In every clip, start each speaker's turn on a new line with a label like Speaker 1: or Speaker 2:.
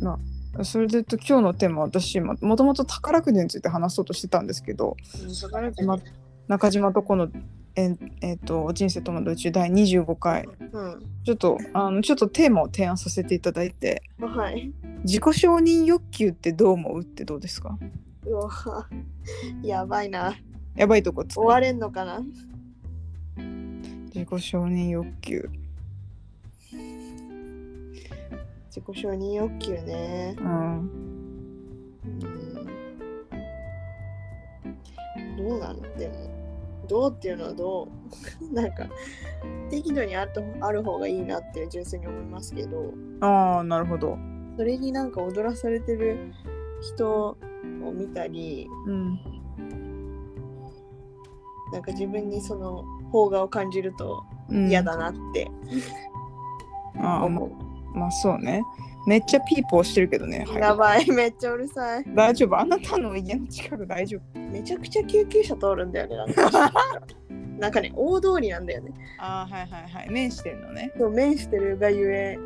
Speaker 1: なそれで言うと今日のテーマ私今もともと宝くじについて話そうとしてたんですけど
Speaker 2: 宝く
Speaker 1: ま
Speaker 2: じ。
Speaker 1: 中島とこのえんえっと人生とまど中第25回
Speaker 2: うん。
Speaker 1: ちょっとあのちょっとテーマを提案させていただいて
Speaker 2: はい。
Speaker 1: 自己承認欲求ってどう思うってどうですか
Speaker 2: うわ。やばいな。
Speaker 1: やばいとこつ
Speaker 2: 終われんのかな
Speaker 1: 自己承認欲求
Speaker 2: 自己承認欲求ね。
Speaker 1: うん
Speaker 2: うん。どうなのでも。どうっていうのはどうなんか、適度にあったある方がいいなって純粋に思いますけど、
Speaker 1: ああなるほど
Speaker 2: それになんか踊らされてる人を見たり、
Speaker 1: うん
Speaker 2: なんか自分にその方がを感じると
Speaker 1: うん
Speaker 2: 嫌だなって
Speaker 1: ああま
Speaker 2: 思う。
Speaker 1: まあそうねめっちゃピーポーしてるけどね、
Speaker 2: や
Speaker 1: は
Speaker 2: ばい、めっちゃうるさい。
Speaker 1: い、大丈夫あなたの家の近く大丈夫
Speaker 2: めちゃくちゃ救急車通るんだよね。なん かなんかね、大通りなんだよね。
Speaker 1: ああはいはいはい面してんのね
Speaker 2: そう面してるがゆえ。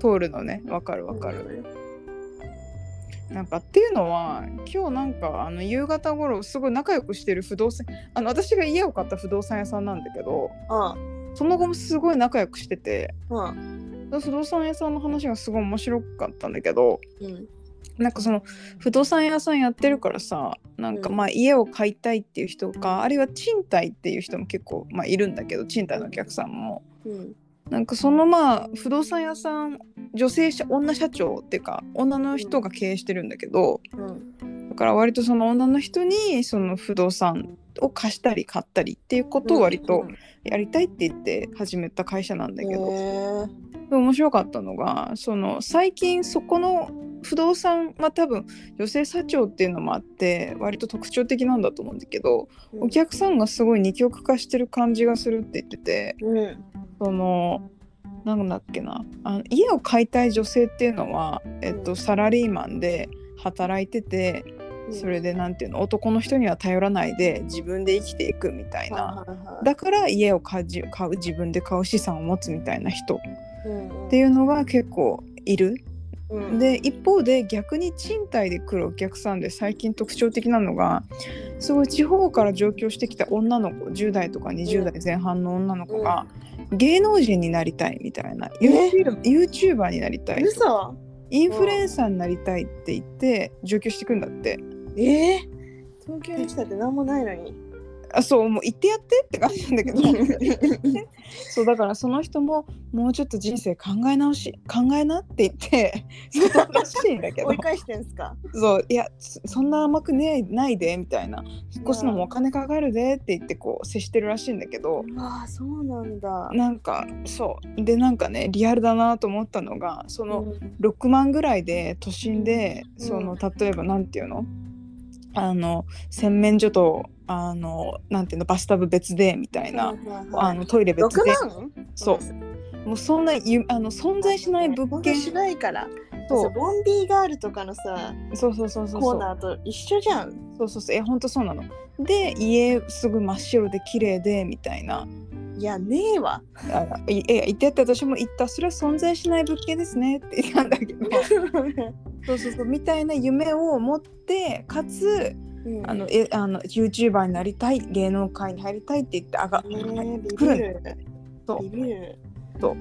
Speaker 1: 通るのねわかるわかる、。なんかっていうのは今日なんかあの夕方頃すごい仲良くしてる不動産あの私が家を買った不動産屋さんなんだけど
Speaker 2: あ
Speaker 1: その後もすごい仲良くしてて
Speaker 2: あ、ああ。
Speaker 1: その不動産屋さんの話がすごい面白かったんだけど
Speaker 2: うん。
Speaker 1: なんかその不動産屋さんやってるからさなんかまあ家を買いたいっていう人かあるいは賃貸っていう人も結構まあいるんだけど賃貸のお客さんも
Speaker 2: うん。
Speaker 1: なんかそのまあ不動産屋さん女性社女社長っていうか女の人が経営してるんだけど、
Speaker 2: うん。
Speaker 1: だから割とその女の人にその不動産を貸したり買ったりっていうことを割とやりたいって言って始めた会社なんだ
Speaker 2: だ
Speaker 1: け
Speaker 2: け
Speaker 1: ど、
Speaker 2: ど。へ
Speaker 1: で面白かったのがその最近そこの不動産は多分女性社長っていうのもあって割と特徴的なんだと思うんだけど
Speaker 2: え
Speaker 1: お客さんがすごい二極化してる感じがするって言ってて
Speaker 2: うん。
Speaker 1: そのなんだっけなあの家を買いたい女性っていうのは、えっ
Speaker 2: う
Speaker 1: と、
Speaker 2: ん
Speaker 1: サラリーマンで働いてて。それ
Speaker 2: で。
Speaker 1: でなんていうの男の人には頼らないで自分で生きていくみたいな
Speaker 2: はいはいはい
Speaker 1: だから家を買じ買う自分で買う資産を持つみたいな人っ
Speaker 2: うんうん
Speaker 1: ていうのが結構いる
Speaker 2: うん
Speaker 1: で一方で逆に賃貸で来るお客さんで最近特徴的なのがすごい地方から上京してきた女の子10代とか20代前半の女の子が芸能人になりたいみたいな YouTuber になりたい
Speaker 2: 嘘
Speaker 1: インフルエンサーになりたいって言って上京してくんだって
Speaker 2: ええ東京に来たって何もないのに。
Speaker 1: あそうもう行ってやってって感じなんだけどそうだからその人ももうちょっと人生考え直し考えなって言 ってそうらしいんだけど
Speaker 2: 追い返してんすか
Speaker 1: そういやそそんな甘くねないでみたいな引っ越すのもお金かかるでって言ってこう接してるらしいんだけど
Speaker 2: ああ、そうなんだ。
Speaker 1: なんかそうでなんかねリアルだなと思ったのがその
Speaker 2: うん
Speaker 1: 6万ぐらいで都心で
Speaker 2: うん
Speaker 1: その例えばなんていうのあの洗面所とあのなんていうのバスタブ別でみたいな、
Speaker 2: はいはい
Speaker 1: あのトイレ別
Speaker 2: 6
Speaker 1: で
Speaker 2: 万
Speaker 1: そうもうそんなゆあの存在しない物
Speaker 2: 本当
Speaker 1: 件
Speaker 2: しないから
Speaker 1: そ
Speaker 2: そううボンビーガールとかのさ
Speaker 1: そうそうそうそうそ
Speaker 2: コー
Speaker 1: う
Speaker 2: ナーと一緒じゃん
Speaker 1: そうそうそうえ本当そうなので家すぐ真っ白で綺麗でみたいない
Speaker 2: やねえわ
Speaker 1: あいいや言ってやって私も言ったそれは存在しない物件ですねって言ったんだけどそうそうそうみたいな夢を持ってかつ
Speaker 2: うん
Speaker 1: あのえあの YouTuber になりたい芸能界に入りたいって言ってあが
Speaker 2: ねえビ
Speaker 1: 来る
Speaker 2: ビる
Speaker 1: そう
Speaker 2: ビビる
Speaker 1: そう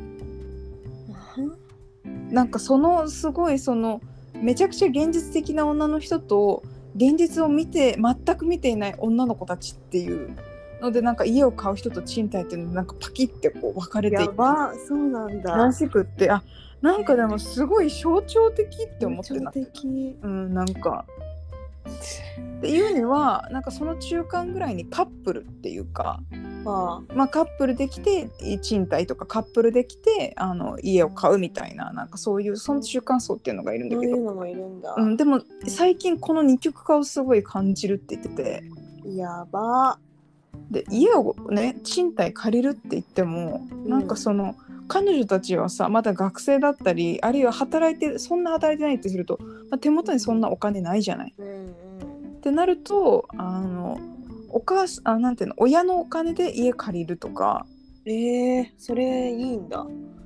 Speaker 2: うん
Speaker 1: なんかそのすごいそのめちゃくちゃ現実的な女の人と現実を見て全く見ていない女の子たちっていうのでなんか家を買う人と賃貸っていうのでなんかパキってこう分かれてい
Speaker 2: や
Speaker 1: く
Speaker 2: ばそうなんだ
Speaker 1: らしくってあなんかでもすごい象徴的って思ってな
Speaker 2: 象徴的
Speaker 1: うんなんか。っていうにはなんかその中間ぐらいにカップルっていうか、
Speaker 2: あ
Speaker 1: まあ、カップルできて賃貸とかカップルできてあの家を買うみたいななんかそういうその中間層っていうのがいるんだ
Speaker 2: そう
Speaker 1: け
Speaker 2: いう
Speaker 1: ど、
Speaker 2: のもいるんだ、
Speaker 1: うん、でも最近この二極化をすごい感じるって言ってて
Speaker 2: やば
Speaker 1: で家をね賃貸借りるって言ってもなんかその、彼女たちはさまだ学生だったりあるいは働いてそんな働いてないってすると、まあ、手元にそんなお金ないじゃない。
Speaker 2: うんうん
Speaker 1: ってなるとあのお母さんあなんていうの親のお金で家借りるとか
Speaker 2: えー、それいいんだ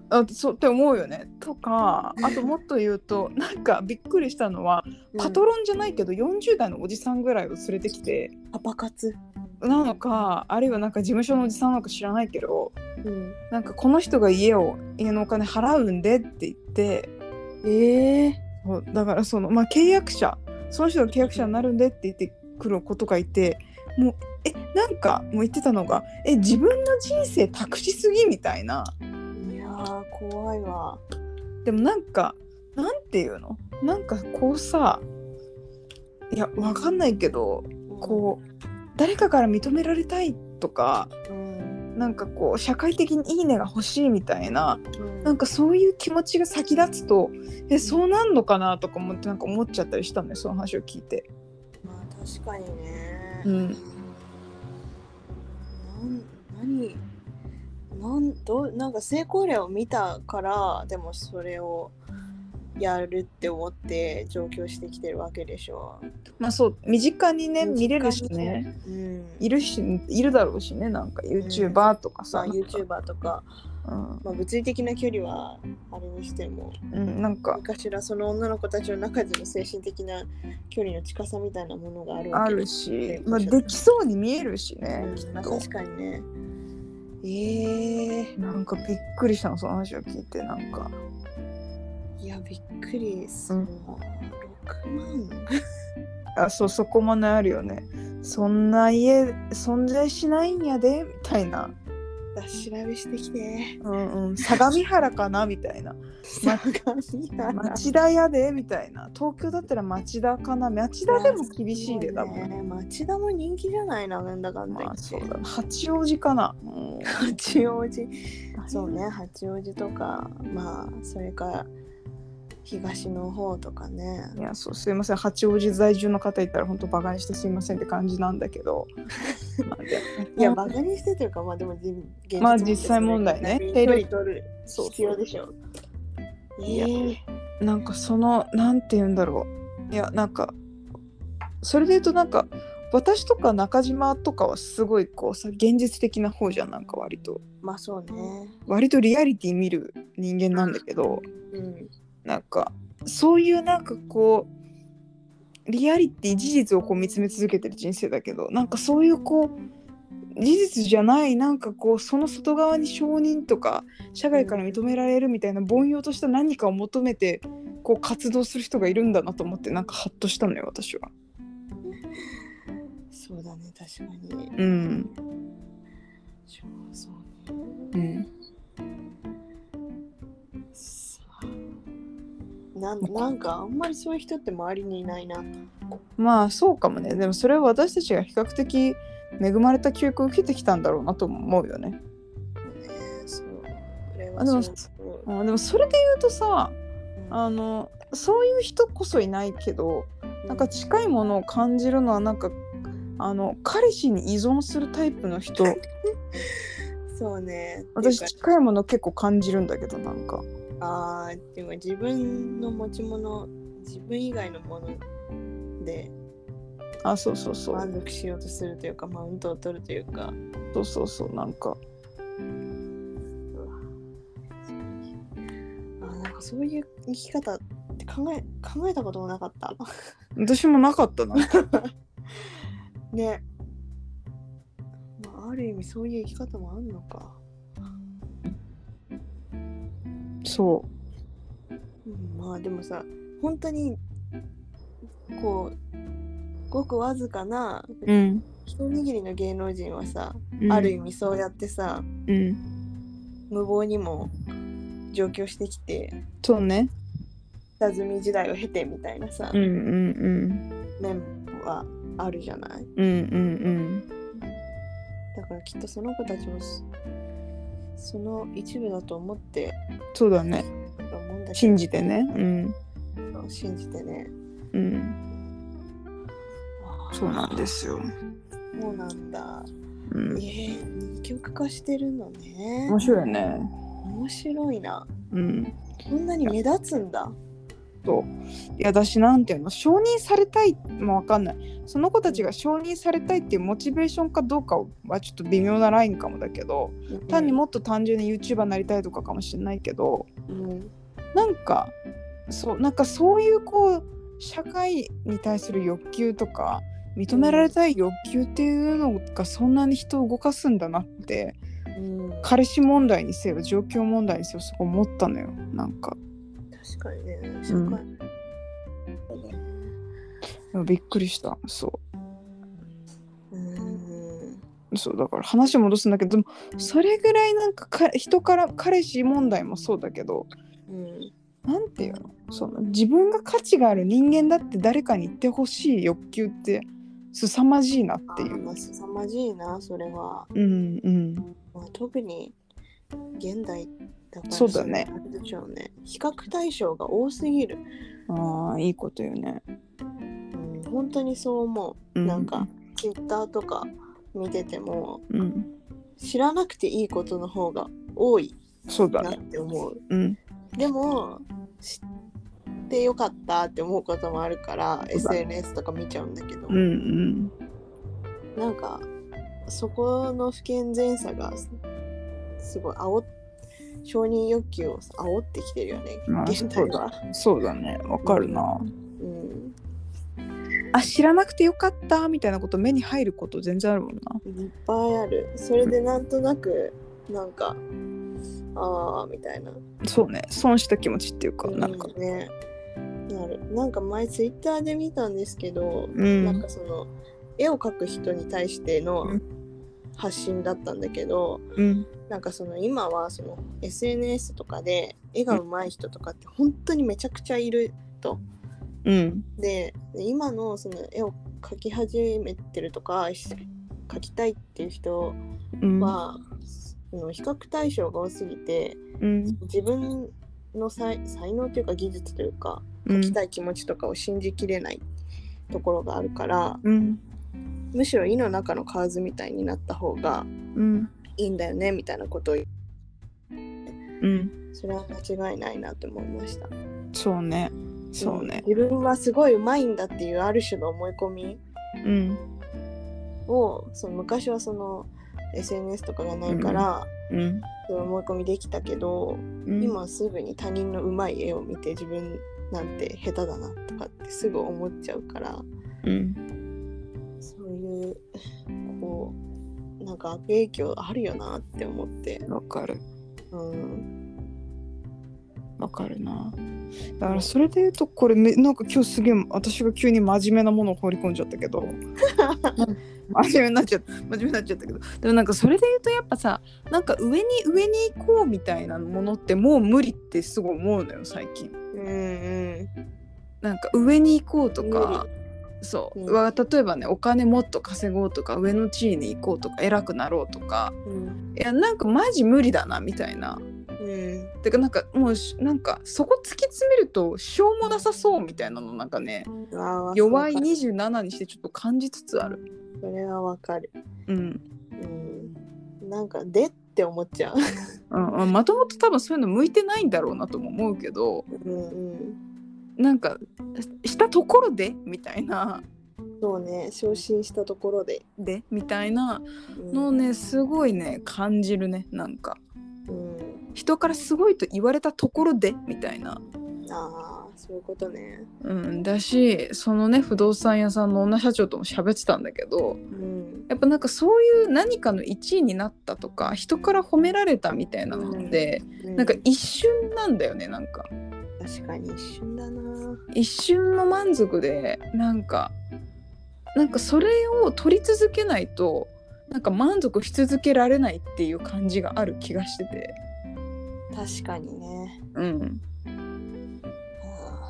Speaker 1: あそうって思うよね。とかあともっと言うとなんかびっくりしたのはパト
Speaker 2: ロ
Speaker 1: ロンじゃないけど40代のおじさんぐらいを連れてきて
Speaker 2: ンパパ活、
Speaker 1: なのかあるいはなんか事務所のおじさんなのか知らないけど
Speaker 2: うん、
Speaker 1: なんかこの人が家を家のお金払うんでって言って
Speaker 2: ええ
Speaker 1: そうだからそのまあ契約者その人が契約者になるんでって言ってくる子とかいてもうえなんかもう言ってたのがえ自分の人生託しすぎみたいな。
Speaker 2: いやー怖いわ
Speaker 1: でもなんかなんていうのなんかこうさいやわかんないけどこう誰かから認められたいとか
Speaker 2: うん、
Speaker 1: なんかこう社会的に「いいね」が欲しいみたいな
Speaker 2: うん、
Speaker 1: なんかそういう気持ちが先立つとえそうなんのかなとか思ってなんか思っちゃったりしたんだよその話を聞いて。
Speaker 2: まあ確かにね。
Speaker 1: うん
Speaker 2: なん何なんどうなんか成功例を見たからでもそれをやるって思って上京してきてるわけでしょ。
Speaker 1: まあそう身近にね見れるし
Speaker 2: 身近に
Speaker 1: ね
Speaker 2: うん。
Speaker 1: いるしいるだろうしねなんか YouTuber とか
Speaker 2: さ
Speaker 1: さ、
Speaker 2: あ YouTuber とか、
Speaker 1: うん
Speaker 2: まあ、物理的な距離はあれにしても
Speaker 1: うん、なんか
Speaker 2: 何かしらその女の子たちの中での精神的な距離の近さみたいなものがあるわ
Speaker 1: あ
Speaker 2: け
Speaker 1: る
Speaker 2: で
Speaker 1: し、まあ、できそうに見えるしね、
Speaker 2: うん
Speaker 1: き
Speaker 2: まあ
Speaker 1: っと
Speaker 2: 確かにね。ええ
Speaker 1: なんかびっくりしたのその話を聞いてなんか
Speaker 2: いや、びっくりするわ。6万
Speaker 1: あそうそこもねあるよねそんな家存在しないんやでみたいな、
Speaker 2: だ調べしてきて。
Speaker 1: うんうん、相模原かなみたい なま
Speaker 2: 相模原
Speaker 1: 町田やでみたいな東京だったら町田かな町田でも厳しいでだもん、
Speaker 2: ね。町田も人気じゃないな、なんだかんだ
Speaker 1: ま
Speaker 2: 言
Speaker 1: あ
Speaker 2: って。
Speaker 1: そうだな八王子かな、うん
Speaker 2: 八王子。そうね、八王子とか、まあ、それから東の方とかね。
Speaker 1: いやそうすいません八王子在住の方いたら本当バカにしてすいませんって感じなんだけ どまあでも
Speaker 2: いや、バカにしてというか、まあでもじ、現
Speaker 1: まあ実際問題ね
Speaker 2: 距離取る
Speaker 1: そう
Speaker 2: 必要でしょ。
Speaker 1: いや
Speaker 2: ええ
Speaker 1: なんかそのなんて言うんだろういやなんかそれで言うとなんか私とか中島とかはすごいこうさ現実的な方じゃんなんか割と
Speaker 2: まあそうね。
Speaker 1: 割とリアリティ見る人間なんだけど
Speaker 2: うん。
Speaker 1: なんかそういうなんかこうリアリティ事実をこう見つめ続けてる人生だけどなんかそういうこう事実じゃないなんかこうその外側に承認とか社会から認められるみたいな凡庸とした何かを求めてこう活動する人がいるんだなと思ってなんかハッとしたのよ私は。
Speaker 2: そうだね、確かに。
Speaker 1: うん
Speaker 2: そうそう
Speaker 1: うん、
Speaker 2: さなんなんかあんまりそういう人って周りにいないな
Speaker 1: まあそうかもねでもそれは私たちが比較的恵まれた教育を受けてきたんだろうなとも思うよね。
Speaker 2: そうそれ
Speaker 1: あ
Speaker 2: は
Speaker 1: で
Speaker 2: そ
Speaker 1: も
Speaker 2: うそう
Speaker 1: あでもそれで言うとさあのそういう人こそいないけどなんか近いものを感じるのはなんかあの彼氏に依存するタイプの人
Speaker 2: そうね
Speaker 1: 私
Speaker 2: っていう
Speaker 1: 近いもの結構感じるんだけどなんか
Speaker 2: かあーっていうか自分の持ち物自分以外のもので
Speaker 1: あそうそうそう
Speaker 2: 満足しようとするというかマウントを取るというか
Speaker 1: そうそうそうなんか
Speaker 2: あーなんかそういう生き方って考え考えたこともなかった
Speaker 1: 私もなかったな
Speaker 2: ね、まあ、ある意味そういう生き方もあるのか
Speaker 1: そ
Speaker 2: うんまあでもさ本当にこうごくわずかな
Speaker 1: ううん、
Speaker 2: 一握りの芸能人はさ、
Speaker 1: うん
Speaker 2: ある意味そうやってさ
Speaker 1: うん
Speaker 2: 無謀にも上京してきて
Speaker 1: そうね
Speaker 2: 下積み時代を経てみたいなさ、
Speaker 1: うんうん
Speaker 2: 面はあるじゃない
Speaker 1: うんうんうん
Speaker 2: だからきっとその子たちもそその一部だと思って
Speaker 1: そうだね
Speaker 2: 思うんだけど
Speaker 1: 信じてねうん
Speaker 2: 信じてね
Speaker 1: うんそうなんですよ、
Speaker 2: そうなんだ
Speaker 1: うん、
Speaker 2: ええ二極化してるのね
Speaker 1: 面白いね
Speaker 2: 面白いな
Speaker 1: うん
Speaker 2: こんなに目立つんだ。
Speaker 1: といやだしなんていうの承認されたいも分かんないその子たちが承認されたいっていうモチベーションかどうかはちょっと微妙なラインかもだけど単にもっと単純に YouTuber になりたいとかかもしれないけど
Speaker 2: うん
Speaker 1: なんかそうなんかそういうこう社会に対する欲求とか認められたい欲求っていうのがそんなに人を動かすんだなって
Speaker 2: うん、確
Speaker 1: 彼氏問題にせよ状況問題にせよそこ思ったのよなんか
Speaker 2: かにね社会、
Speaker 1: でもびっくりしたそ
Speaker 2: うん
Speaker 1: うそうだから話戻すんだけどでもそれぐらいなんかか人から彼氏問題もそうだけど
Speaker 2: うん
Speaker 1: なんていうのその自分が価値がある人間だって誰かに言ってほしい欲求って凄まじいなってい
Speaker 2: あーま
Speaker 1: う
Speaker 2: あ、凄まじいなそれは、
Speaker 1: うんうん
Speaker 2: まあ、特に現代だから
Speaker 1: そうだね
Speaker 2: あれでしょうね比較対象が多すぎる、
Speaker 1: ああいいこと言うね、
Speaker 2: うん、本当にそう思
Speaker 1: う
Speaker 2: うなんか Twitter とか見てても
Speaker 1: うん
Speaker 2: 知らなくていいことの方が多い
Speaker 1: そうだ
Speaker 2: なっ
Speaker 1: ね
Speaker 2: て思う
Speaker 1: うん
Speaker 2: でも知ってよかったって思うこともあるから、
Speaker 1: そうだね
Speaker 2: SNS とか見ちゃうんだけど、
Speaker 1: うんうん
Speaker 2: なんかそこの不健全さがすすごい煽っ承認欲求を煽ってきてるよね
Speaker 1: まあ
Speaker 2: 現代は。
Speaker 1: そうだねわかるな
Speaker 2: うん
Speaker 1: あ知らなくてよかったみたいなこと目に入ること全然あるもんない
Speaker 2: っぱいあるそれでなんとなくなんかああみたいな
Speaker 1: そうね損した気持ちっていうかなんか
Speaker 2: うんねなるなんか前ツイッターで見たんですけど、
Speaker 1: うん
Speaker 2: なんかその絵を描く人に対しての
Speaker 1: うん
Speaker 2: 発信だったんだけど、
Speaker 1: うん
Speaker 2: なんかその今はその SNS とかで絵が上手い人とかって本当にめちゃくちゃいる
Speaker 1: うん
Speaker 2: でで今のその絵を描き始めてるとかし描きたいっていう人
Speaker 1: うん
Speaker 2: は、その比較対象が多すぎて
Speaker 1: うん
Speaker 2: 自分の才才能というか技術というか
Speaker 1: うん
Speaker 2: 描きたい気持ちとかを信じきれないところがあるから
Speaker 1: うん
Speaker 2: むしろ「井の中の蛙」みたいになった方が
Speaker 1: うん
Speaker 2: いいんだよねみたいなことを
Speaker 1: うん
Speaker 2: それは間違いないなと思いました。
Speaker 1: そうねそうね
Speaker 2: 自分はすごいうまいんだっていうある種の思い込み
Speaker 1: うん
Speaker 2: をその昔はその SNS とかがないから、
Speaker 1: うん
Speaker 2: そう思い込みできたけ
Speaker 1: う
Speaker 2: ど、
Speaker 1: ん
Speaker 2: 今はすぐに他人のうまい絵を見て自分なんて下手だなとかってすぐ思っちゃうから
Speaker 1: うん
Speaker 2: そういうこうなんか悪影響あるよなって思って、
Speaker 1: わかる
Speaker 2: うん、
Speaker 1: わかるなだからそれで言うとこれめなんか今日すげえ私が急に真面目なものを放り込んじゃったけ ど真面目になっちゃった真面目になっちゃったけどでもなんかそれで言うとやっぱさなんか上に上に行こうみたいなものってもう無理ってすごい思うのよ最近
Speaker 2: うんうん
Speaker 1: なんか上に行こうとか、そう、
Speaker 2: うん
Speaker 1: は例えばねお金もっと稼ごうとか上の地位に行こうとか偉くなろうとか
Speaker 2: うん
Speaker 1: いやなんかマジ無理だなみたいな
Speaker 2: うん
Speaker 1: てかなんかもうしなんかそこ突き詰めるとしょうもなさそうみたいなのなんかね
Speaker 2: うわー
Speaker 1: 弱い
Speaker 2: わかる
Speaker 1: 27にしてちょっと感じつつある
Speaker 2: それはわかる、
Speaker 1: うん、
Speaker 2: うん、なんかでって思っちゃう
Speaker 1: うんうん、まともと多分そういうの向いてないんだろうなとも思うけど
Speaker 2: うんうん、
Speaker 1: なんかしたところでみたいな
Speaker 2: そうね昇進したところで、
Speaker 1: でみたいな
Speaker 2: うん
Speaker 1: のをねすごいね感じるねなんか。
Speaker 2: うん、
Speaker 1: 人からすごいと言われたところでみたいな、
Speaker 2: ああそういうことね、
Speaker 1: うん、だしそのね不動産屋さんの女社長とも喋ってたんだけど
Speaker 2: うん、
Speaker 1: やっぱなんかそういう何かの1位になったとか人から褒められたみたいなのって、なんか
Speaker 2: う
Speaker 1: 一瞬なんだよねなんか
Speaker 2: 確かに一瞬だな
Speaker 1: 一瞬の満足でなんかなんかそれを取り続けないとなんか満足し続けられないっていう感じがある気がしてて、
Speaker 2: 確かにね、
Speaker 1: うん、
Speaker 2: あ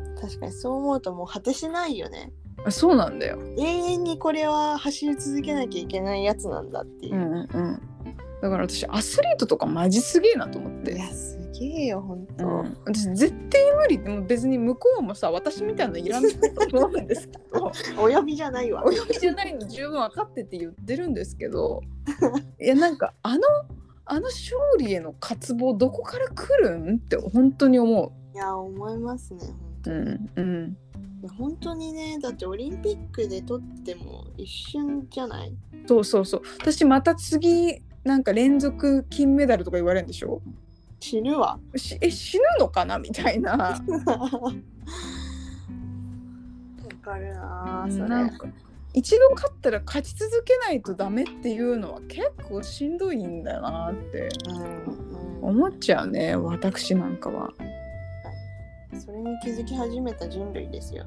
Speaker 2: ー確かにそう思うともう果てしないよね
Speaker 1: そうなんだよ
Speaker 2: 永遠にこれは走り続けなきゃいけないやつなんだっていうう、
Speaker 1: んうん、だから私アスリートとかマジすげえなと思っ
Speaker 2: い
Speaker 1: て
Speaker 2: や、すげえよほん
Speaker 1: う
Speaker 2: と、
Speaker 1: ん、私絶対無理でも別に向こうもさ私みたいなのいらないと思うんですけ ど
Speaker 2: お呼びじゃないわ
Speaker 1: お呼びじゃないの十分分かってって言ってるんですけど いやなんかあのあの勝利への渇望どこから来るんって本当に思
Speaker 2: いや思いますねほん
Speaker 1: うんうん
Speaker 2: 本当にねだってオリンピックで取っても一瞬じゃない
Speaker 1: そうそうそう私また次なんか連続金メダルとか言われるんでしょ
Speaker 2: 死ぬわ
Speaker 1: しえ死ぬのかなみたいな
Speaker 2: わかるなそれ
Speaker 1: なんか一度勝ったら勝ち続けないとダメっていうのは結構しんどいんだなって
Speaker 2: うんうん
Speaker 1: 思っちゃうね私なんかは
Speaker 2: それに気づき始めた人類ですよ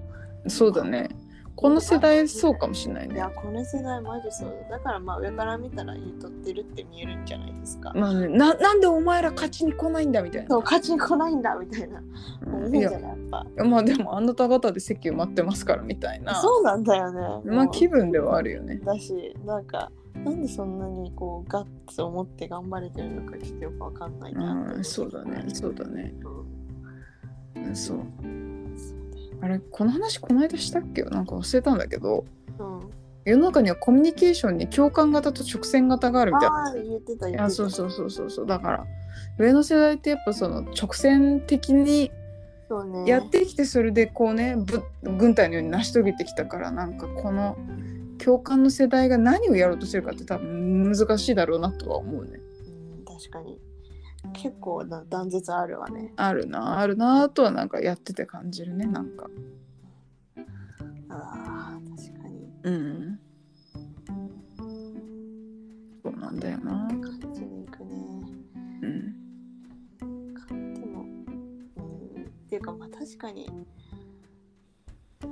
Speaker 1: そうだねこの世代そうかもしれない
Speaker 2: い
Speaker 1: ね
Speaker 2: やこの世代マジそうだだからまあ上から見たら言うとってるって見えるんじゃないですか、
Speaker 1: まあねななんでお前ら勝ちに来ないんだみたいな
Speaker 2: そう勝ちに来ないんだみたいな思う
Speaker 1: うんん
Speaker 2: じ
Speaker 1: い
Speaker 2: ゃな
Speaker 1: や
Speaker 2: いやっぱ
Speaker 1: まあでもあなた方で席埋まってますからみたいな
Speaker 2: そうなんだよね
Speaker 1: まあ
Speaker 2: もう
Speaker 1: 気分ではあるよね
Speaker 2: だしなんかなんでそんなにこうガッツを持って頑張れてるのかちょっとよくわかんないなって思
Speaker 1: うんそうだねそうだね
Speaker 2: うん
Speaker 1: うんそうあれこの話この間したっけなんか忘れたんだけど
Speaker 2: うん
Speaker 1: 世の中にはコミュニケーションに共感型と直線型があるみたいな
Speaker 2: ああ言ってた言っ
Speaker 1: い
Speaker 2: てた
Speaker 1: やそうそうそうそうそうだから上の世代ってやっぱその直線的に
Speaker 2: そうね
Speaker 1: やってきてそれでこうねぶ軍隊のように成し遂げてきたからなんかこの共感の世代が何をやろうとしてるかって多分難しいだろうなとは思うね。
Speaker 2: うん確かに結構な断絶あるわね
Speaker 1: あるなあるなとはなんかやってて感じるねなんか。
Speaker 2: ああ確かに
Speaker 1: うん。そうなんだよな。
Speaker 2: 勝ちに行くね
Speaker 1: うん。
Speaker 2: 買っても、うん、っていうかまあ確かにス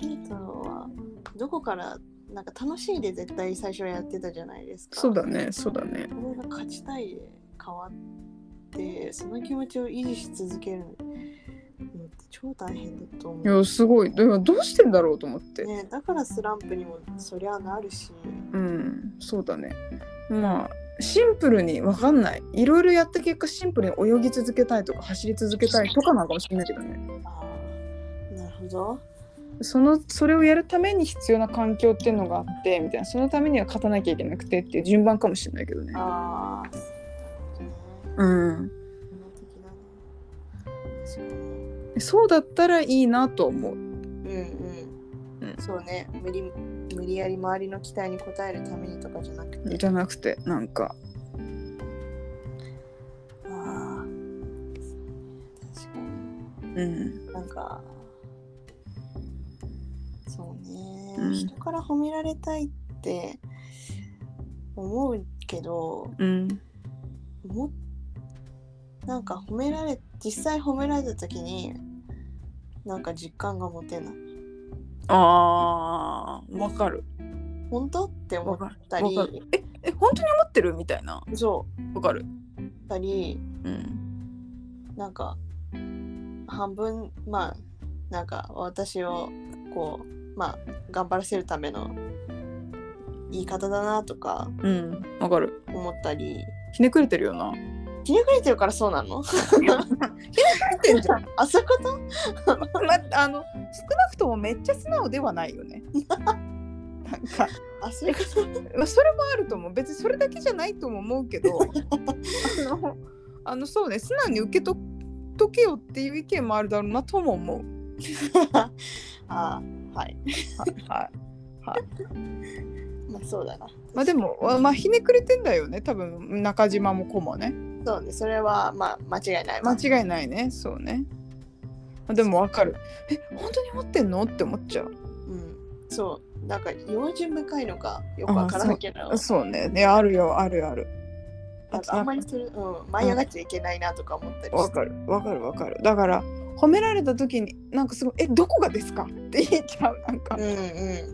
Speaker 2: トリートはどこからなんか楽しいで絶対最初はやってたじゃないですか
Speaker 1: そうだねそうだね。
Speaker 2: それが勝ちたいで変わってその気持ちを維持し続けるのって超大変だと思、
Speaker 1: いうやすごい。だからどうしてんだろうと思って。
Speaker 2: ね、だからスランプにもそりゃなるし
Speaker 1: うんそうだね。まあシンプルに分かんないいろいろやった結果シンプルに泳ぎ続けたいとか走り続けたいとかなのかもしれないけどね。
Speaker 2: ああなるほど
Speaker 1: そのそれをやるために必要な環境っていうのがあってみたいなそのためには勝たなきゃいけなくてっていう順番かもしれないけどね。
Speaker 2: ああ
Speaker 1: うん、
Speaker 2: 確かに
Speaker 1: そうだったらいいなと思う。
Speaker 2: うんうん、
Speaker 1: うん
Speaker 2: そうね無理無理やり周りの期待に応えるためにとかじゃなくて、
Speaker 1: じゃなくてなんか
Speaker 2: ああ確かに
Speaker 1: うん
Speaker 2: なんかそうね、
Speaker 1: うん
Speaker 2: 人から褒められたいって思うけど
Speaker 1: うん
Speaker 2: もなんか褒められ実際褒められた時になんか実感が持てない
Speaker 1: あーわかる
Speaker 2: 本当って思
Speaker 1: わ
Speaker 2: っ
Speaker 1: かる
Speaker 2: た
Speaker 1: わかる
Speaker 2: り
Speaker 1: ええ本当に思ってるみたいな
Speaker 2: そう
Speaker 1: わかる
Speaker 2: たり
Speaker 1: うん
Speaker 2: なんか半分まあなんか私をこうまあ頑張らせるための言い方だなとか
Speaker 1: うんわかる
Speaker 2: 思ったり
Speaker 1: ひねくれてるよ な
Speaker 2: ひねくれてるからそうなの
Speaker 1: てんじゃん。
Speaker 2: あそういうこ と
Speaker 1: まあの少なくともめっちゃ素直ではないよね。 なんか、
Speaker 2: あそういうこと
Speaker 1: まあ、それもあると思う。別にそれだけじゃないとも思うけど、あのあのそうね素直に受けととけよっていう意見もあるだろうなとも思う。
Speaker 2: あはい
Speaker 1: はい。はい
Speaker 2: まあそうだな
Speaker 1: まあでも、わまあ、ひねくれてんだよね多分中島も子もね
Speaker 2: そうねそれはまあ間違いないわ
Speaker 1: 間違いないねそうねまあでもわかるえ本当に持ってんのって思っちゃう
Speaker 2: うんそうなんか用心深いのかよくわからないけど
Speaker 1: あそうねいやあるよあるある
Speaker 2: なんかあんまりする、うん、舞い上がっちゃいけないなとか思ったり
Speaker 1: わ
Speaker 2: して、
Speaker 1: かるわかるわかるだから褒められた時になんかすごい「えどこがですか?」って言っちゃうなんか「
Speaker 2: う
Speaker 1: ど
Speaker 2: んう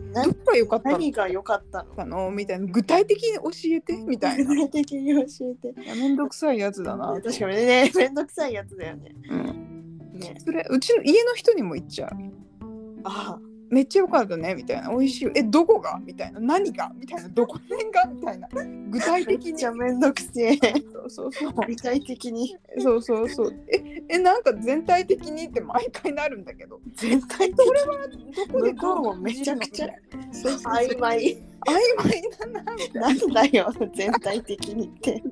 Speaker 2: ん、な
Speaker 1: こが良かった
Speaker 2: 何が良かったの。
Speaker 1: の?」みたいな具体的に教えてみたいな
Speaker 2: 的に教えて。
Speaker 1: いやめんどくさいやつだな。
Speaker 2: 確かにね、めんどくさいやつだよね。
Speaker 1: うん、
Speaker 2: ね
Speaker 1: それうちの家の人にも言っちゃう。
Speaker 2: あ
Speaker 1: めっちゃ良かったねみたいな美味しいよえどこがみたいな何がみたいなどこら辺がみたいな具体
Speaker 2: あ、め
Speaker 1: 的
Speaker 2: っ
Speaker 1: に
Speaker 2: ちゃ
Speaker 1: そう
Speaker 2: めんどくせえ。
Speaker 1: そうそう
Speaker 2: 具体的に、
Speaker 1: そうそうそうええなんか全体的にって毎回なるんだけど
Speaker 2: 全体的
Speaker 1: それはどこで
Speaker 2: 向こうもめちゃくちゃ
Speaker 1: そうそうそう
Speaker 2: 曖昧。
Speaker 1: 曖昧だなみたいな
Speaker 2: なんだよ、全体的にって。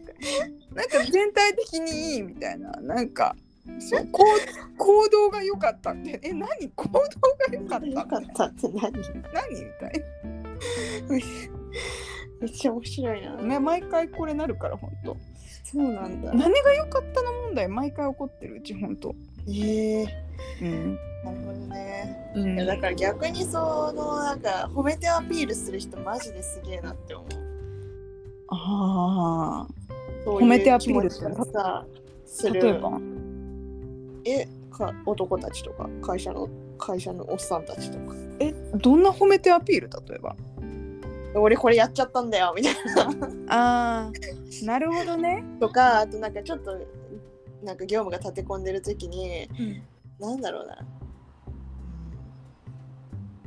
Speaker 1: なんか全体的にいいみたいななんかそうこう行動が良かったってえ何行動が良かった
Speaker 2: よかったって何
Speaker 1: 何みたい
Speaker 2: めっちゃ面白いな。
Speaker 1: な、ね、毎回これなるから本当
Speaker 2: そうなんだ。
Speaker 1: 何が良かったの問題毎回起こってるうち本当
Speaker 2: ええ
Speaker 1: うん、
Speaker 2: なるほどね。
Speaker 1: う
Speaker 2: い
Speaker 1: ん
Speaker 2: やだから逆にそのなんか褒めてアピールする人マジですげえなって思う。
Speaker 1: ああ
Speaker 2: そういう
Speaker 1: 褒めてアピール
Speaker 2: 気持ちをさする
Speaker 1: 例えば
Speaker 2: えか男たちとか会社の会社のおっさんたちとか
Speaker 1: えどんな褒めてアピール例えば
Speaker 2: 俺これやっちゃったんだよみたい
Speaker 1: あ あなるほどね、
Speaker 2: なとかあとなんかちょっとなんか業務が立て込んでる時になんだろうな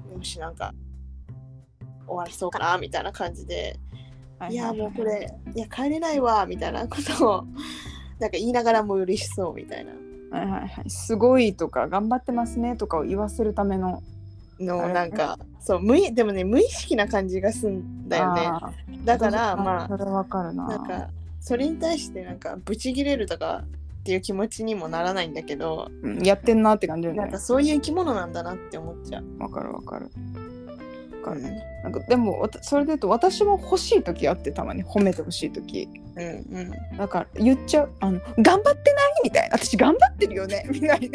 Speaker 2: うんよしなんか終わりそうかなみたいな感じで
Speaker 1: はい
Speaker 2: やもうこれいや帰れないわみたいなことを なんか言いながらも嬉しそうみたいな
Speaker 1: はいはいはいすごいとか頑張ってますねとかを言わせるための
Speaker 2: の
Speaker 1: はい
Speaker 2: なんかそう無意でもね無意識な感じがすんだよね
Speaker 1: あー
Speaker 2: だからまあ
Speaker 1: それわかるな
Speaker 2: なんかそれに対してなんかブチギレるとかっていう気持ちにもならないんだけど
Speaker 1: うんやってんなって感じだ
Speaker 2: な
Speaker 1: よ
Speaker 2: ん
Speaker 1: ね
Speaker 2: かそういう生き物なんだなって思っちゃう。
Speaker 1: わかるわかるわかるなんかでもわたそれで言うと私も欲しい時あってたまに褒めてほしい時
Speaker 2: うんうん
Speaker 1: だから言っちゃうあの頑張ってないみたいな私頑張ってるよねみ たいに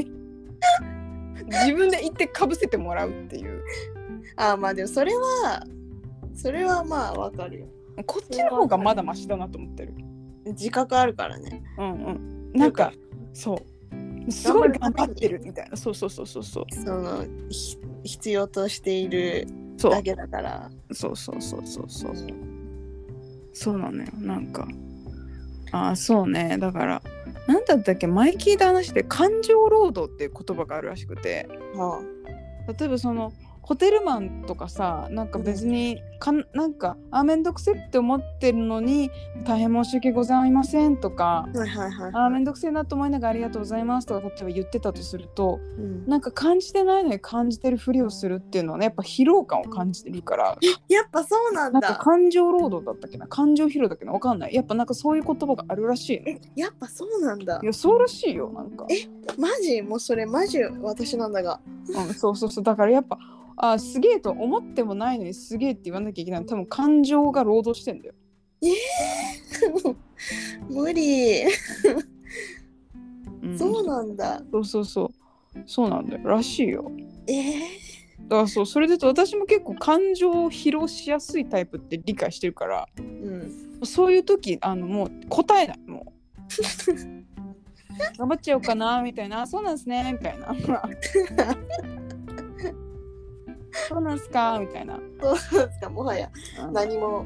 Speaker 1: 自分で言ってかぶせてもらうっていう
Speaker 2: ああまあでもそれはそれはまあわかるよ。
Speaker 1: こっちの方がまだマシだなと思ってる
Speaker 2: 自覚あるからね。
Speaker 1: うんうんなんかそうすごい頑張ってるみたいなそうそうそうそうそう
Speaker 2: そのひ必要としている
Speaker 1: そう
Speaker 2: だけだから。
Speaker 1: そうそうそうそうそう
Speaker 2: うん
Speaker 1: そうなのよなんかああそうねだからなんだったっけ前聞いた話で感情労働っていう言葉があるらしくて
Speaker 2: は
Speaker 1: 例えばそのホテルマンとかさなんか別にかんなんかあめんどくせえって思ってるのに大変申し訳ございませんとか
Speaker 2: あ、はいはいはい、
Speaker 1: あーめんどくせえなと思いながらありがとうございますとか例えば言ってたとすると
Speaker 2: うん
Speaker 1: なんか感じてないのに感じてるふりをするっていうのはねやっぱ疲労感を感じてるから
Speaker 2: やっぱそうなん
Speaker 1: なんか
Speaker 2: だ。
Speaker 1: 感情労働だったっけな感情疲労だっけなわかんないやっぱなんかそういう言葉があるらしいね
Speaker 2: えやっぱそうなんだ
Speaker 1: い。やそうらしいよなんか
Speaker 2: マジもうそれマジ私なんだが。
Speaker 1: うん、そうそうそうだからやっぱあーすげえと思ってもないのにすげえって言わなきゃいけない多分感情が労働してんだよ
Speaker 2: 無理。
Speaker 1: うん
Speaker 2: そうなんだ。
Speaker 1: そうそうそうそうなんだよらしいよ
Speaker 2: えー
Speaker 1: だからそうそれで言うと私も結構感情を疲労しやすいタイプって理解してるから
Speaker 2: うん、
Speaker 1: そういう時あのもう答えないもう頑張っちゃおうかなみたいなあそうなんすねみたいな そうなんすかみたいな
Speaker 2: そうですかもはや何も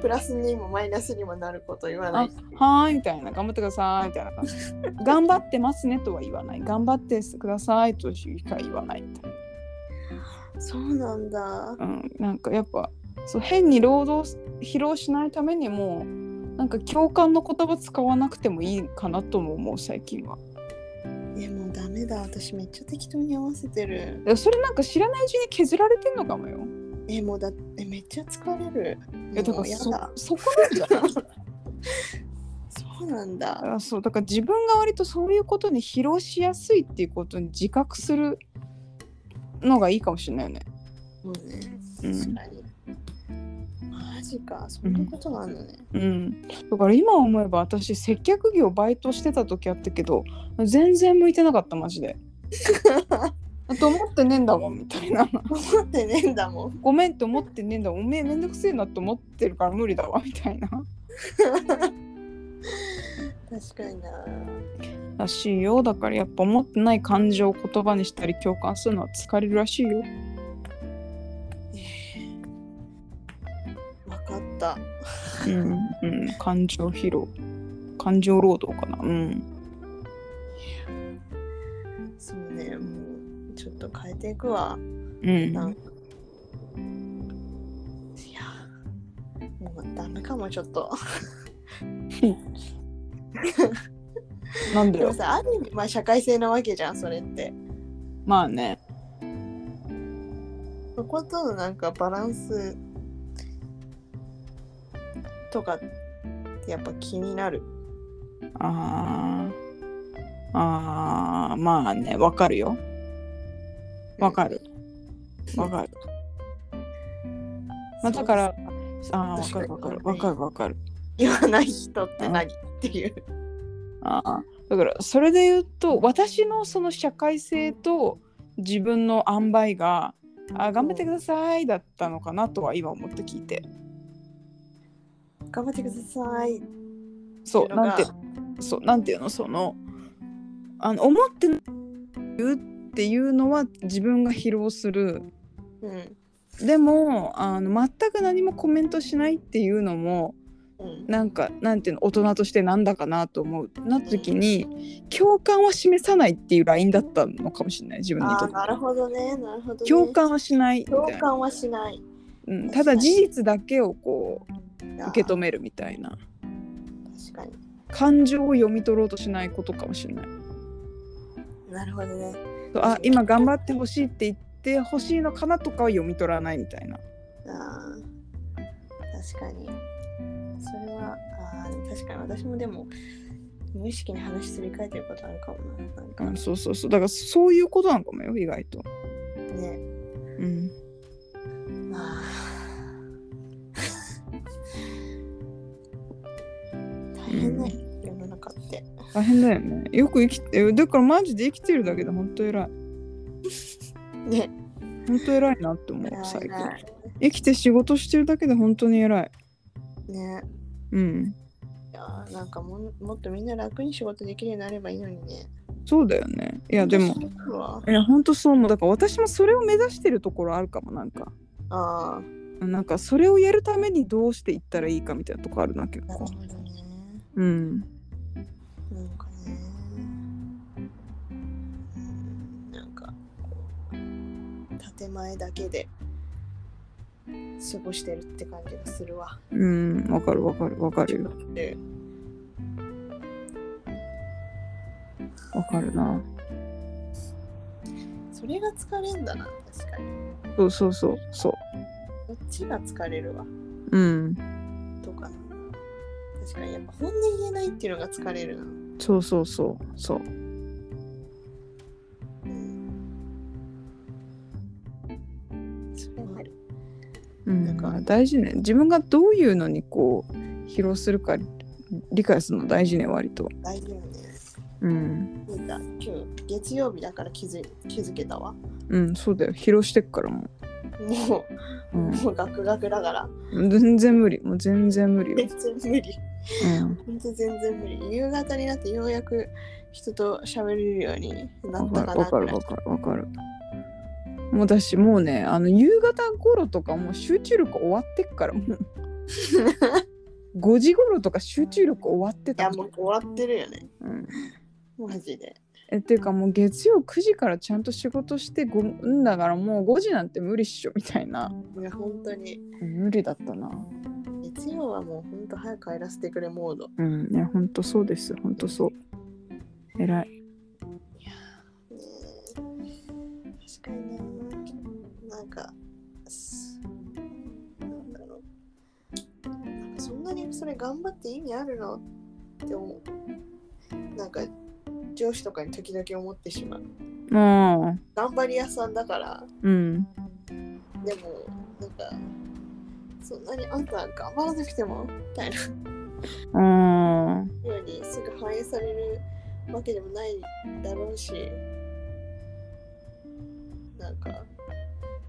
Speaker 2: プラスにもマイナスにもなること言わない
Speaker 1: はーいみたいな頑張ってくださいみたいな感じ頑張ってますねとは言わない頑張ってくださいとしか言わないみたい
Speaker 2: そうなんだ
Speaker 1: な、うん、なんかやっぱそう変に労働す疲労しないためにもなんか共感の言葉使わなくてもいいかなとも思う最近は
Speaker 2: えもうダメだ私めっちゃ適当に合わせてる
Speaker 1: いやそれなんか知らないうちに削られてんのかもよ
Speaker 2: えもうだえめっちゃ疲れる
Speaker 1: いやだか
Speaker 2: も
Speaker 1: ら
Speaker 2: うや
Speaker 1: そ
Speaker 2: だ
Speaker 1: そこなんじゃない
Speaker 2: そうなんだ
Speaker 1: あ そうだから自分が割とそういうことに疲労しやすいっていうことに自覚するのがいいかもしれないよね
Speaker 2: もうね
Speaker 1: うん
Speaker 2: 確かに、マジかそんなことがあるのね、
Speaker 1: うん、だから今思えば私接客業バイトしてた時あったけど全然向いてなかったマ ジで。と思ってねえんだもんみたいな
Speaker 2: 思ってねえんだもん
Speaker 1: ごめんって思ってねえんだおめえめんどくせえなと思ってるから無理だわみたいな
Speaker 2: 確かにな
Speaker 1: らしいよだからやっぱ思ってない感情を言葉にしたり共感するのは疲れるらしいよ
Speaker 2: わかった
Speaker 1: うん、うん、感情疲労感情労働かなうん
Speaker 2: そうねもうちょっと変えていくわ
Speaker 1: うん
Speaker 2: なんかいやもうダメかもちょっと
Speaker 1: なんだ
Speaker 2: でも
Speaker 1: よ
Speaker 2: さある意味まあ社会性なわけじゃんそれって
Speaker 1: まあね
Speaker 2: そことのなんかバランスとかってやっぱ気になる
Speaker 1: ああーまあねわかるよわかるわかる、まあ、だからあーわかるわかるわかるわかる
Speaker 2: 言わない人って何っていう。
Speaker 1: ああだからそれで言うと私のその社会性と自分の塩梅が「あ頑張ってください」だったのかなとは今思って聞いて
Speaker 2: 頑張ってください。
Speaker 1: そう
Speaker 2: っていうのが
Speaker 1: なんてそうなんていうのそのあの思ってない言うっていうのは自分が疲労する
Speaker 2: うん。
Speaker 1: でもあの全く何もコメントしないっていうのも
Speaker 2: うん。
Speaker 1: なんかなんていうの大人としてなんだかなと思うなった時に共感は示さないっていうラインだったのかもしれない自分に
Speaker 2: あ
Speaker 1: と
Speaker 2: あ、
Speaker 1: って
Speaker 2: なるほどね。なるほど、ね。
Speaker 1: 共感はしないみた
Speaker 2: 共
Speaker 1: いな、
Speaker 2: 感はしない。
Speaker 1: うん、ただ事実だけをこう受け止
Speaker 2: め。
Speaker 1: めるみたいな
Speaker 2: 確かに。
Speaker 1: 感情を読み取ろうとしないことかもしれない
Speaker 2: なるほどね。
Speaker 1: そうあ今頑張ってほしいって言ってほしいのかなとかは読み取らないみたいな
Speaker 2: あー確かに。それは、あー確かに私もでも、無意識に話しすり替えてることあるかもな。なんか
Speaker 1: うんそうそうそうだからそういうことなのかもよ意外と、
Speaker 2: ね。
Speaker 1: うん、
Speaker 2: まあ。大変ね、世の中って。
Speaker 1: 大変だよねよく生きてだからマジで生きてるだけで本当偉い
Speaker 2: ね。
Speaker 1: 本当偉いなって思う最近
Speaker 2: ね
Speaker 1: 生きて仕事してるだけで本当に偉い
Speaker 2: ね。
Speaker 1: うん
Speaker 2: いやーなんかもんもっとみんな楽に仕事できるようになればいいのにね。
Speaker 1: そうだよねいやでも
Speaker 2: うわ。
Speaker 1: いや本当そう思うだから私もそれを目指してるところあるかもなんか
Speaker 2: あ
Speaker 1: なんかそれをやるためにどうしていったらいいかみたいなとこあるな結
Speaker 2: あ、なる
Speaker 1: 構
Speaker 2: ほどね。
Speaker 1: うん
Speaker 2: なんかね。うんなんか、建前だけで過ごしてるって感じがするわ。
Speaker 1: うんわかるわかるわかるよ
Speaker 2: で
Speaker 1: わかるな
Speaker 2: それが疲れんだな、確かに。
Speaker 1: そうそうそうそ
Speaker 2: こっちが疲れるわ。
Speaker 1: ううん
Speaker 2: とかな。確かに、やっぱ本音言えないっていうのが疲れるな。
Speaker 1: そうそうそうそう
Speaker 2: それはある。
Speaker 1: うん
Speaker 2: なんか
Speaker 1: 大事ね自分がどういうのにこう疲労するか理解するの大事ね割と
Speaker 2: 大事よね。
Speaker 1: うん
Speaker 2: なんか今日月曜日だから気づい気づけたわ。
Speaker 1: うんそうだよ疲労してっからも
Speaker 2: も
Speaker 1: う、
Speaker 2: う、もうガクガクだから。
Speaker 1: うん、全然無理もう全然無理よ
Speaker 2: 全、然無理。
Speaker 1: うん
Speaker 2: ほんと全然無理。夕方になってようやく人と喋れるようにな
Speaker 1: わ
Speaker 2: った
Speaker 1: か
Speaker 2: か
Speaker 1: る
Speaker 2: な
Speaker 1: わかるわかるわかる。もうだしもうねあの夕方頃とかもう集中力終わってっ からもう5時頃とか集中力終わって
Speaker 2: い
Speaker 1: た
Speaker 2: やもう終わってるよね。
Speaker 1: うん、
Speaker 2: マジで。
Speaker 1: えっていうかもう月曜9時からちゃんと仕事してごんだからもう5時なんて無理っしょみたいない
Speaker 2: や本当に。
Speaker 1: 無理だったな
Speaker 2: 月曜はもう本当早く帰らせてくれモード。
Speaker 1: うんねほんとそうですほんとそう偉い
Speaker 2: ねえ確かにねなんかすなんだろうなんかそんなにそれ頑張って意味あるのって思うなんか上司とかに時々思ってしまう
Speaker 1: ああ
Speaker 2: 頑張り屋さんだから
Speaker 1: うん
Speaker 2: でもなんかそんなにあんた頑張らなくてもみたいなよ
Speaker 1: あ
Speaker 2: うにすぐ反映されるわけでもないだろうしなんか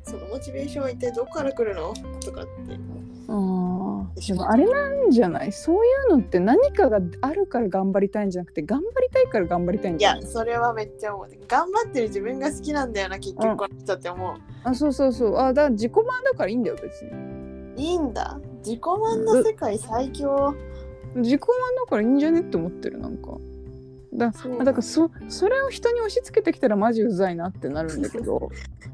Speaker 2: そのモチベーションは一体どこから来るのとかって
Speaker 1: あーでもあれなんじゃないそういうのって何かがあるから頑張りたいんじゃなくて頑張りたいから頑張りたいん
Speaker 2: い
Speaker 1: じゃ
Speaker 2: や
Speaker 1: ない
Speaker 2: それはめっちゃ思う頑張ってる自分が好きなんだよな結
Speaker 1: うん
Speaker 2: 局この人って思う、
Speaker 1: あそうそうそうあだから自己満だからいいんだよ別に
Speaker 2: いいんだ自己満の世界最強、
Speaker 1: 自己満だからいいんじゃねって思ってるなんかだ
Speaker 2: そう
Speaker 1: だからそそれを人に押し付けてきたらマジうざいなってなるんだけど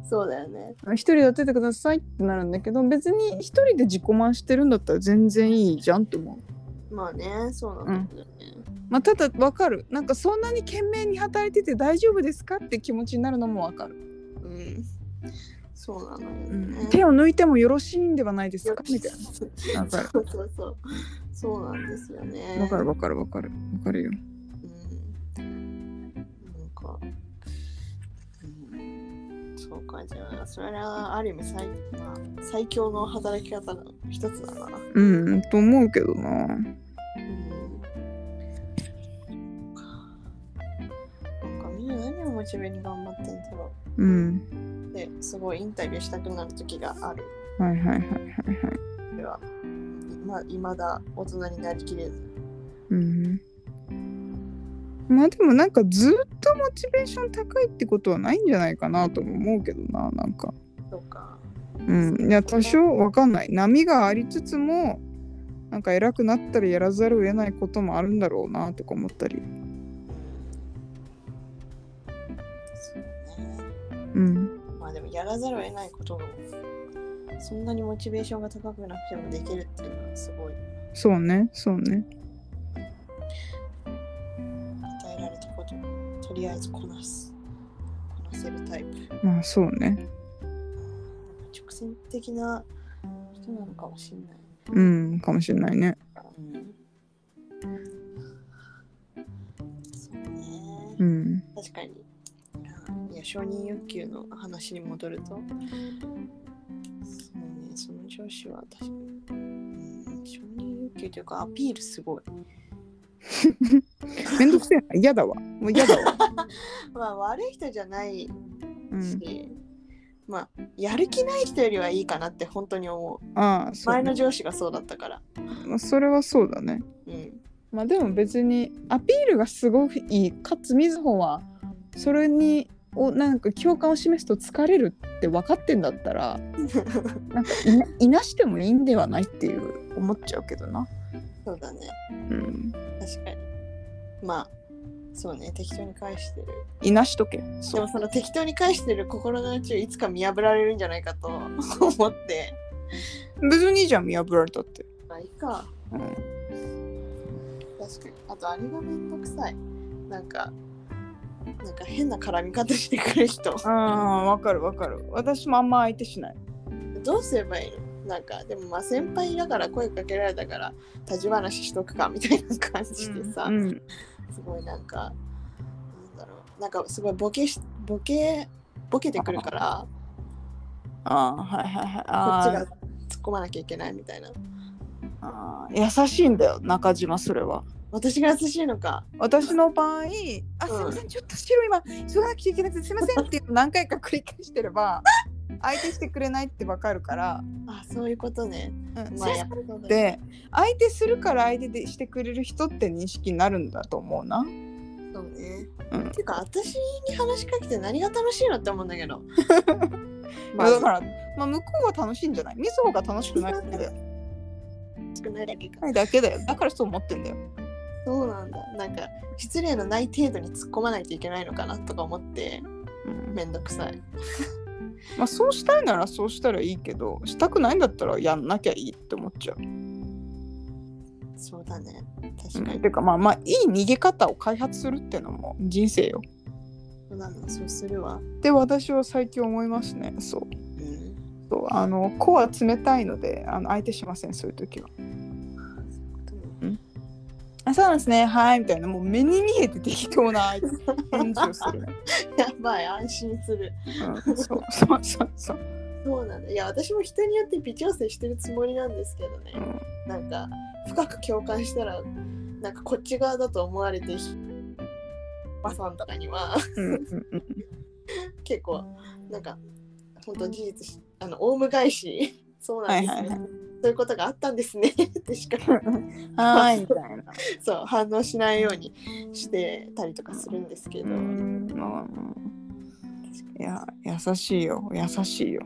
Speaker 2: そうだよね
Speaker 1: 一人でやっててくださいってなるんだけど別に一人で自己満してるんだったら全然いいじゃんって思う、
Speaker 2: まあねそうなんだよね、
Speaker 1: まあ、ただわかるなんかそんなに懸命に働いてて大丈夫ですかって気持ちになるのもわかる
Speaker 2: うん、そうなのよね、
Speaker 1: 手を抜いてもよろしいんではないです
Speaker 2: よ
Speaker 1: か
Speaker 2: く
Speaker 1: みたいな。わかる。
Speaker 2: そうそうそう。そうなんですよね。
Speaker 1: わかるわかるわかる。わかるよ。
Speaker 2: うん。ど、うん、そうかじゃあそれはある意味最,、まあ、最強の働き方の一つだな、
Speaker 1: うんと思うけどな
Speaker 2: うん、なんかみんな何をモチベに頑張ってんだろ
Speaker 1: うん
Speaker 2: うですごいインタビューしたくなる時がある
Speaker 1: はいはいはいはいはい
Speaker 2: ではまいまだ大人になりきれず
Speaker 1: うんまあでもなんかずっとモチベーション高いってことはないんじゃないかなとも思うけどななんか
Speaker 2: とか
Speaker 1: うんいや多少わかんない波がありつつもなんか偉くなったりやらざるを得ないこともあるんだろうなとか思ったり
Speaker 2: そうね
Speaker 1: うん
Speaker 2: まあでもやらざるを得ないこともそんなにモチベーションが高くなくてもできるっていうのはすごい
Speaker 1: そうねそうね
Speaker 2: 与えられたことをとりあえずこなすこなせるタイプ
Speaker 1: まあそうね
Speaker 2: 直線的な人なのかもしれない、
Speaker 1: うんかもしれないね
Speaker 2: うん、そうね
Speaker 1: うん
Speaker 2: 確かにあいや承認欲求の話に戻るとそうねその上司は確かに、うん、承認欲求というかアピールすごい
Speaker 1: めんどくせえな嫌だわもう嫌だわ
Speaker 2: まあ悪い人じゃないし、
Speaker 1: うん
Speaker 2: まあやる気ない人よりはいいかなって本当に思う
Speaker 1: ああそう
Speaker 2: 前
Speaker 1: ね
Speaker 2: の上司がそうだったから
Speaker 1: まあそれはそうだね
Speaker 2: うん
Speaker 1: まあでも別にアピールがすごくいいかつみずほはそれにをなんか共感を示すと疲れるって分かってんだった らなんかいないなしてもいいんではないっていう思っちゃうけどな。
Speaker 2: そうだね
Speaker 1: うん、
Speaker 2: 確かにまあそうね適当に返してる
Speaker 1: いなしとけ。
Speaker 2: でもその適当に返してる心の内をいつか見破られるんじゃないかと思って
Speaker 1: 別にいいじゃん見破られたって。
Speaker 2: まあいいか
Speaker 1: うん、
Speaker 2: 確かにあとあれがめんどくさいなんかなんか変な絡み方してくる人
Speaker 1: あーわかるわかる。私もあんま相手しない。
Speaker 2: どうすればいいのなんかでもまあ先輩だから声かけられたから立ち話しとくかみたいな感じでさ、
Speaker 1: うん
Speaker 2: すごいなんかなんだろうなんかすごいボケしボケボケてくるから
Speaker 1: あーはいはいはい。
Speaker 2: こっちが
Speaker 1: あ
Speaker 2: 突っ込まなきゃいけないみたいな
Speaker 1: あー優しいんだよ中島それは。
Speaker 2: 私が優しいのか
Speaker 1: 私の場合、あ、すいません、ちょっと白今、急がなくちゃいけなくて、すいませんっていうのを何回か繰り返してれ ば、相手してくれないってわかるから、
Speaker 2: あそういうことね
Speaker 1: うん、そ
Speaker 2: まあ
Speaker 1: う
Speaker 2: や
Speaker 1: や
Speaker 2: っ
Speaker 1: っ
Speaker 2: ぱそうだね
Speaker 1: て、相手するから相手でしてくれる人って認識になるんだと思うな。
Speaker 2: そうね、
Speaker 1: うん
Speaker 2: ていうか私に話しかけて何が楽しいのって思うんだ けど
Speaker 1: まあ、だから、まあ、向こうは楽しいんじゃないみずほが楽しくないだけだよ。
Speaker 2: 少ないだけか
Speaker 1: ないだけだよ。だからそう思ってんだよ。
Speaker 2: そうなんだなんか失礼のない程度に突っ込まないといけないのかなとか思って
Speaker 1: うん
Speaker 2: めんどくさい
Speaker 1: まあ、そうしたいならそうしたらいいけど、したくないんだったらやんなきゃいいって思っちゃう。
Speaker 2: そうだね
Speaker 1: う
Speaker 2: 確かに
Speaker 1: ん、、てか、まあまあ、いい逃げ方を開発するってのも人生よ。
Speaker 2: そうなんだそうするわ
Speaker 1: で私は最近思いますねそう
Speaker 2: うん
Speaker 1: そうあの子は冷たいのであの相手しませんそういう時は
Speaker 2: そういうことね
Speaker 1: あそうなんですねはいみたいなもう目に見えて適当な相手返事をするね、
Speaker 2: やばい安心する
Speaker 1: うん、そうそうそうそう、
Speaker 2: そうなんだいや私も人によって微調整してるつもりなんですけどね
Speaker 1: うん、
Speaker 2: なんか深く共感したらなんかこっち側だと思われてひばさんとかには
Speaker 1: うんうんうん
Speaker 2: 結構なんか本当事実しあのオウム返し そうなんですね、
Speaker 1: はいはい
Speaker 2: そういうことがあったんですね ってしか
Speaker 1: はーいみたいな
Speaker 2: そう反応しないようにしてたりとかするんですけ
Speaker 1: う
Speaker 2: ど、
Speaker 1: んうんいや優しいよ優しいよ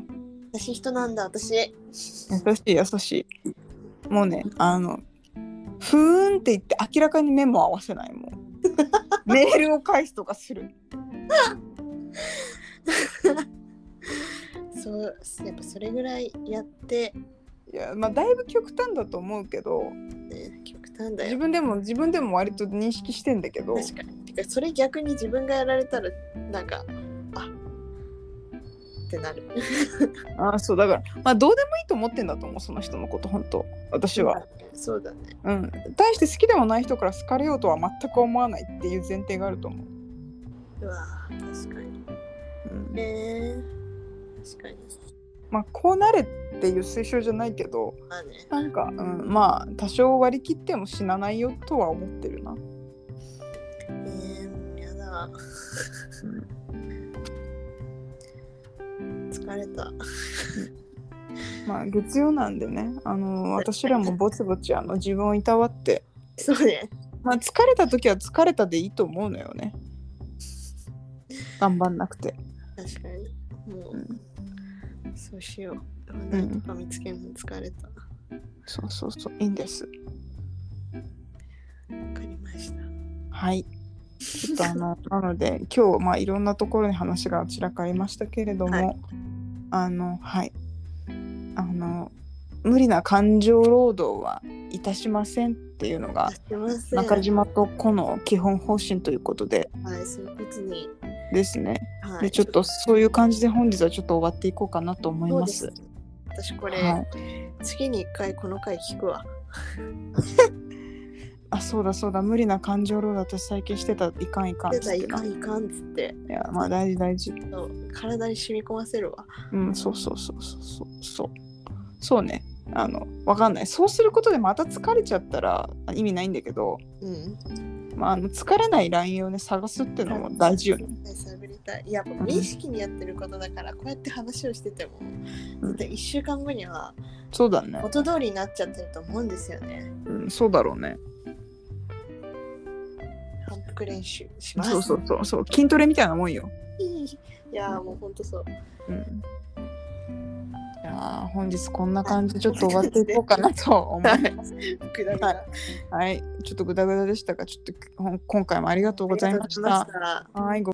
Speaker 2: 私人なんだ私
Speaker 1: 優しい優しいもうねあのふーんって言って明らかに目も合わせない もうメールを返すとかする
Speaker 2: そうやっぱそれぐらいやって、
Speaker 1: いやまあだいぶ極端だと思うけど
Speaker 2: ね、極端だ
Speaker 1: 自
Speaker 2: よ
Speaker 1: 分でも自分でも割と認識してんだけど
Speaker 2: 確かにてかそれ逆に自分がやられたらなんかあってなる
Speaker 1: あーそうだからまあどうでもいいと思ってんだと思うその人のこと本当私は、
Speaker 2: そうだね
Speaker 1: うん対して好きでもない人から好かれようとは全く思わないっていう前提があると思う
Speaker 2: うわー確かに
Speaker 1: うん
Speaker 2: ね確かに
Speaker 1: まあこうなれっていう推奨じゃないけど
Speaker 2: まあね
Speaker 1: なんか、うん、まあ多少割り切っても死なないよとは思ってるな
Speaker 2: えー、やだ疲れた
Speaker 1: まあ月曜なんでねあの私らもぼちぼちあの自分をいたわって
Speaker 2: そうね
Speaker 1: まあ疲れた時は疲れたでいいと思うのよね頑張んなくて
Speaker 2: 確かにも
Speaker 1: うん
Speaker 2: うそうしよう問題とか見つけるの疲れたわ
Speaker 1: そうそうそういいんです
Speaker 2: かりました
Speaker 1: はいちょっとあ のなので今日まあいろんなところに話が散らかりましたけれども、
Speaker 2: はい
Speaker 1: あのはいあの無理な感情労働はいたしませんっていうのが
Speaker 2: すいません
Speaker 1: 中島と子の基本方針ということで
Speaker 2: はいそういうことに
Speaker 1: ですね
Speaker 2: は
Speaker 1: で
Speaker 2: い
Speaker 1: ちょっとそういう感じで本日はちょっと終わっていこうかなと思い
Speaker 2: そう
Speaker 1: ま
Speaker 2: ですす。私これ、
Speaker 1: はい、
Speaker 2: 次に1回この回聞くわ
Speaker 1: あそうだそうだ無理な感情労働私最近してたいかんいかんっ
Speaker 2: 出
Speaker 1: つ
Speaker 2: た
Speaker 1: っ
Speaker 2: い
Speaker 1: てな
Speaker 2: かん
Speaker 1: い
Speaker 2: いかんっつって
Speaker 1: やまあ大事大事
Speaker 2: そう体に染み込ませるわ
Speaker 1: うんそうそうそうそうそうそうそうねあのわかんないそうすることでまた疲れちゃったらあ意味ないんだけど、
Speaker 2: うん
Speaker 1: まあ、あの疲れないラインをね探すっていうのも大事よね
Speaker 2: 探りたいいやもう無意識にやってることだからこうやって話をしてても絶対1週間後には
Speaker 1: そうだね、
Speaker 2: 元通りになっちゃってると思うんですよね
Speaker 1: うん、そうだろうね
Speaker 2: 反復練習します
Speaker 1: そうそうそうそう筋トレみたいなもんよ、
Speaker 2: いやーもうほんとそう
Speaker 1: うん、いやー本日こんな感じでちょっと 終わっていこうかなと思います
Speaker 2: くだら
Speaker 1: はい、ちょっとグダグダでしたが、ちょっと今今回もありがとうございました。
Speaker 2: ありがとうございました
Speaker 1: はい、ご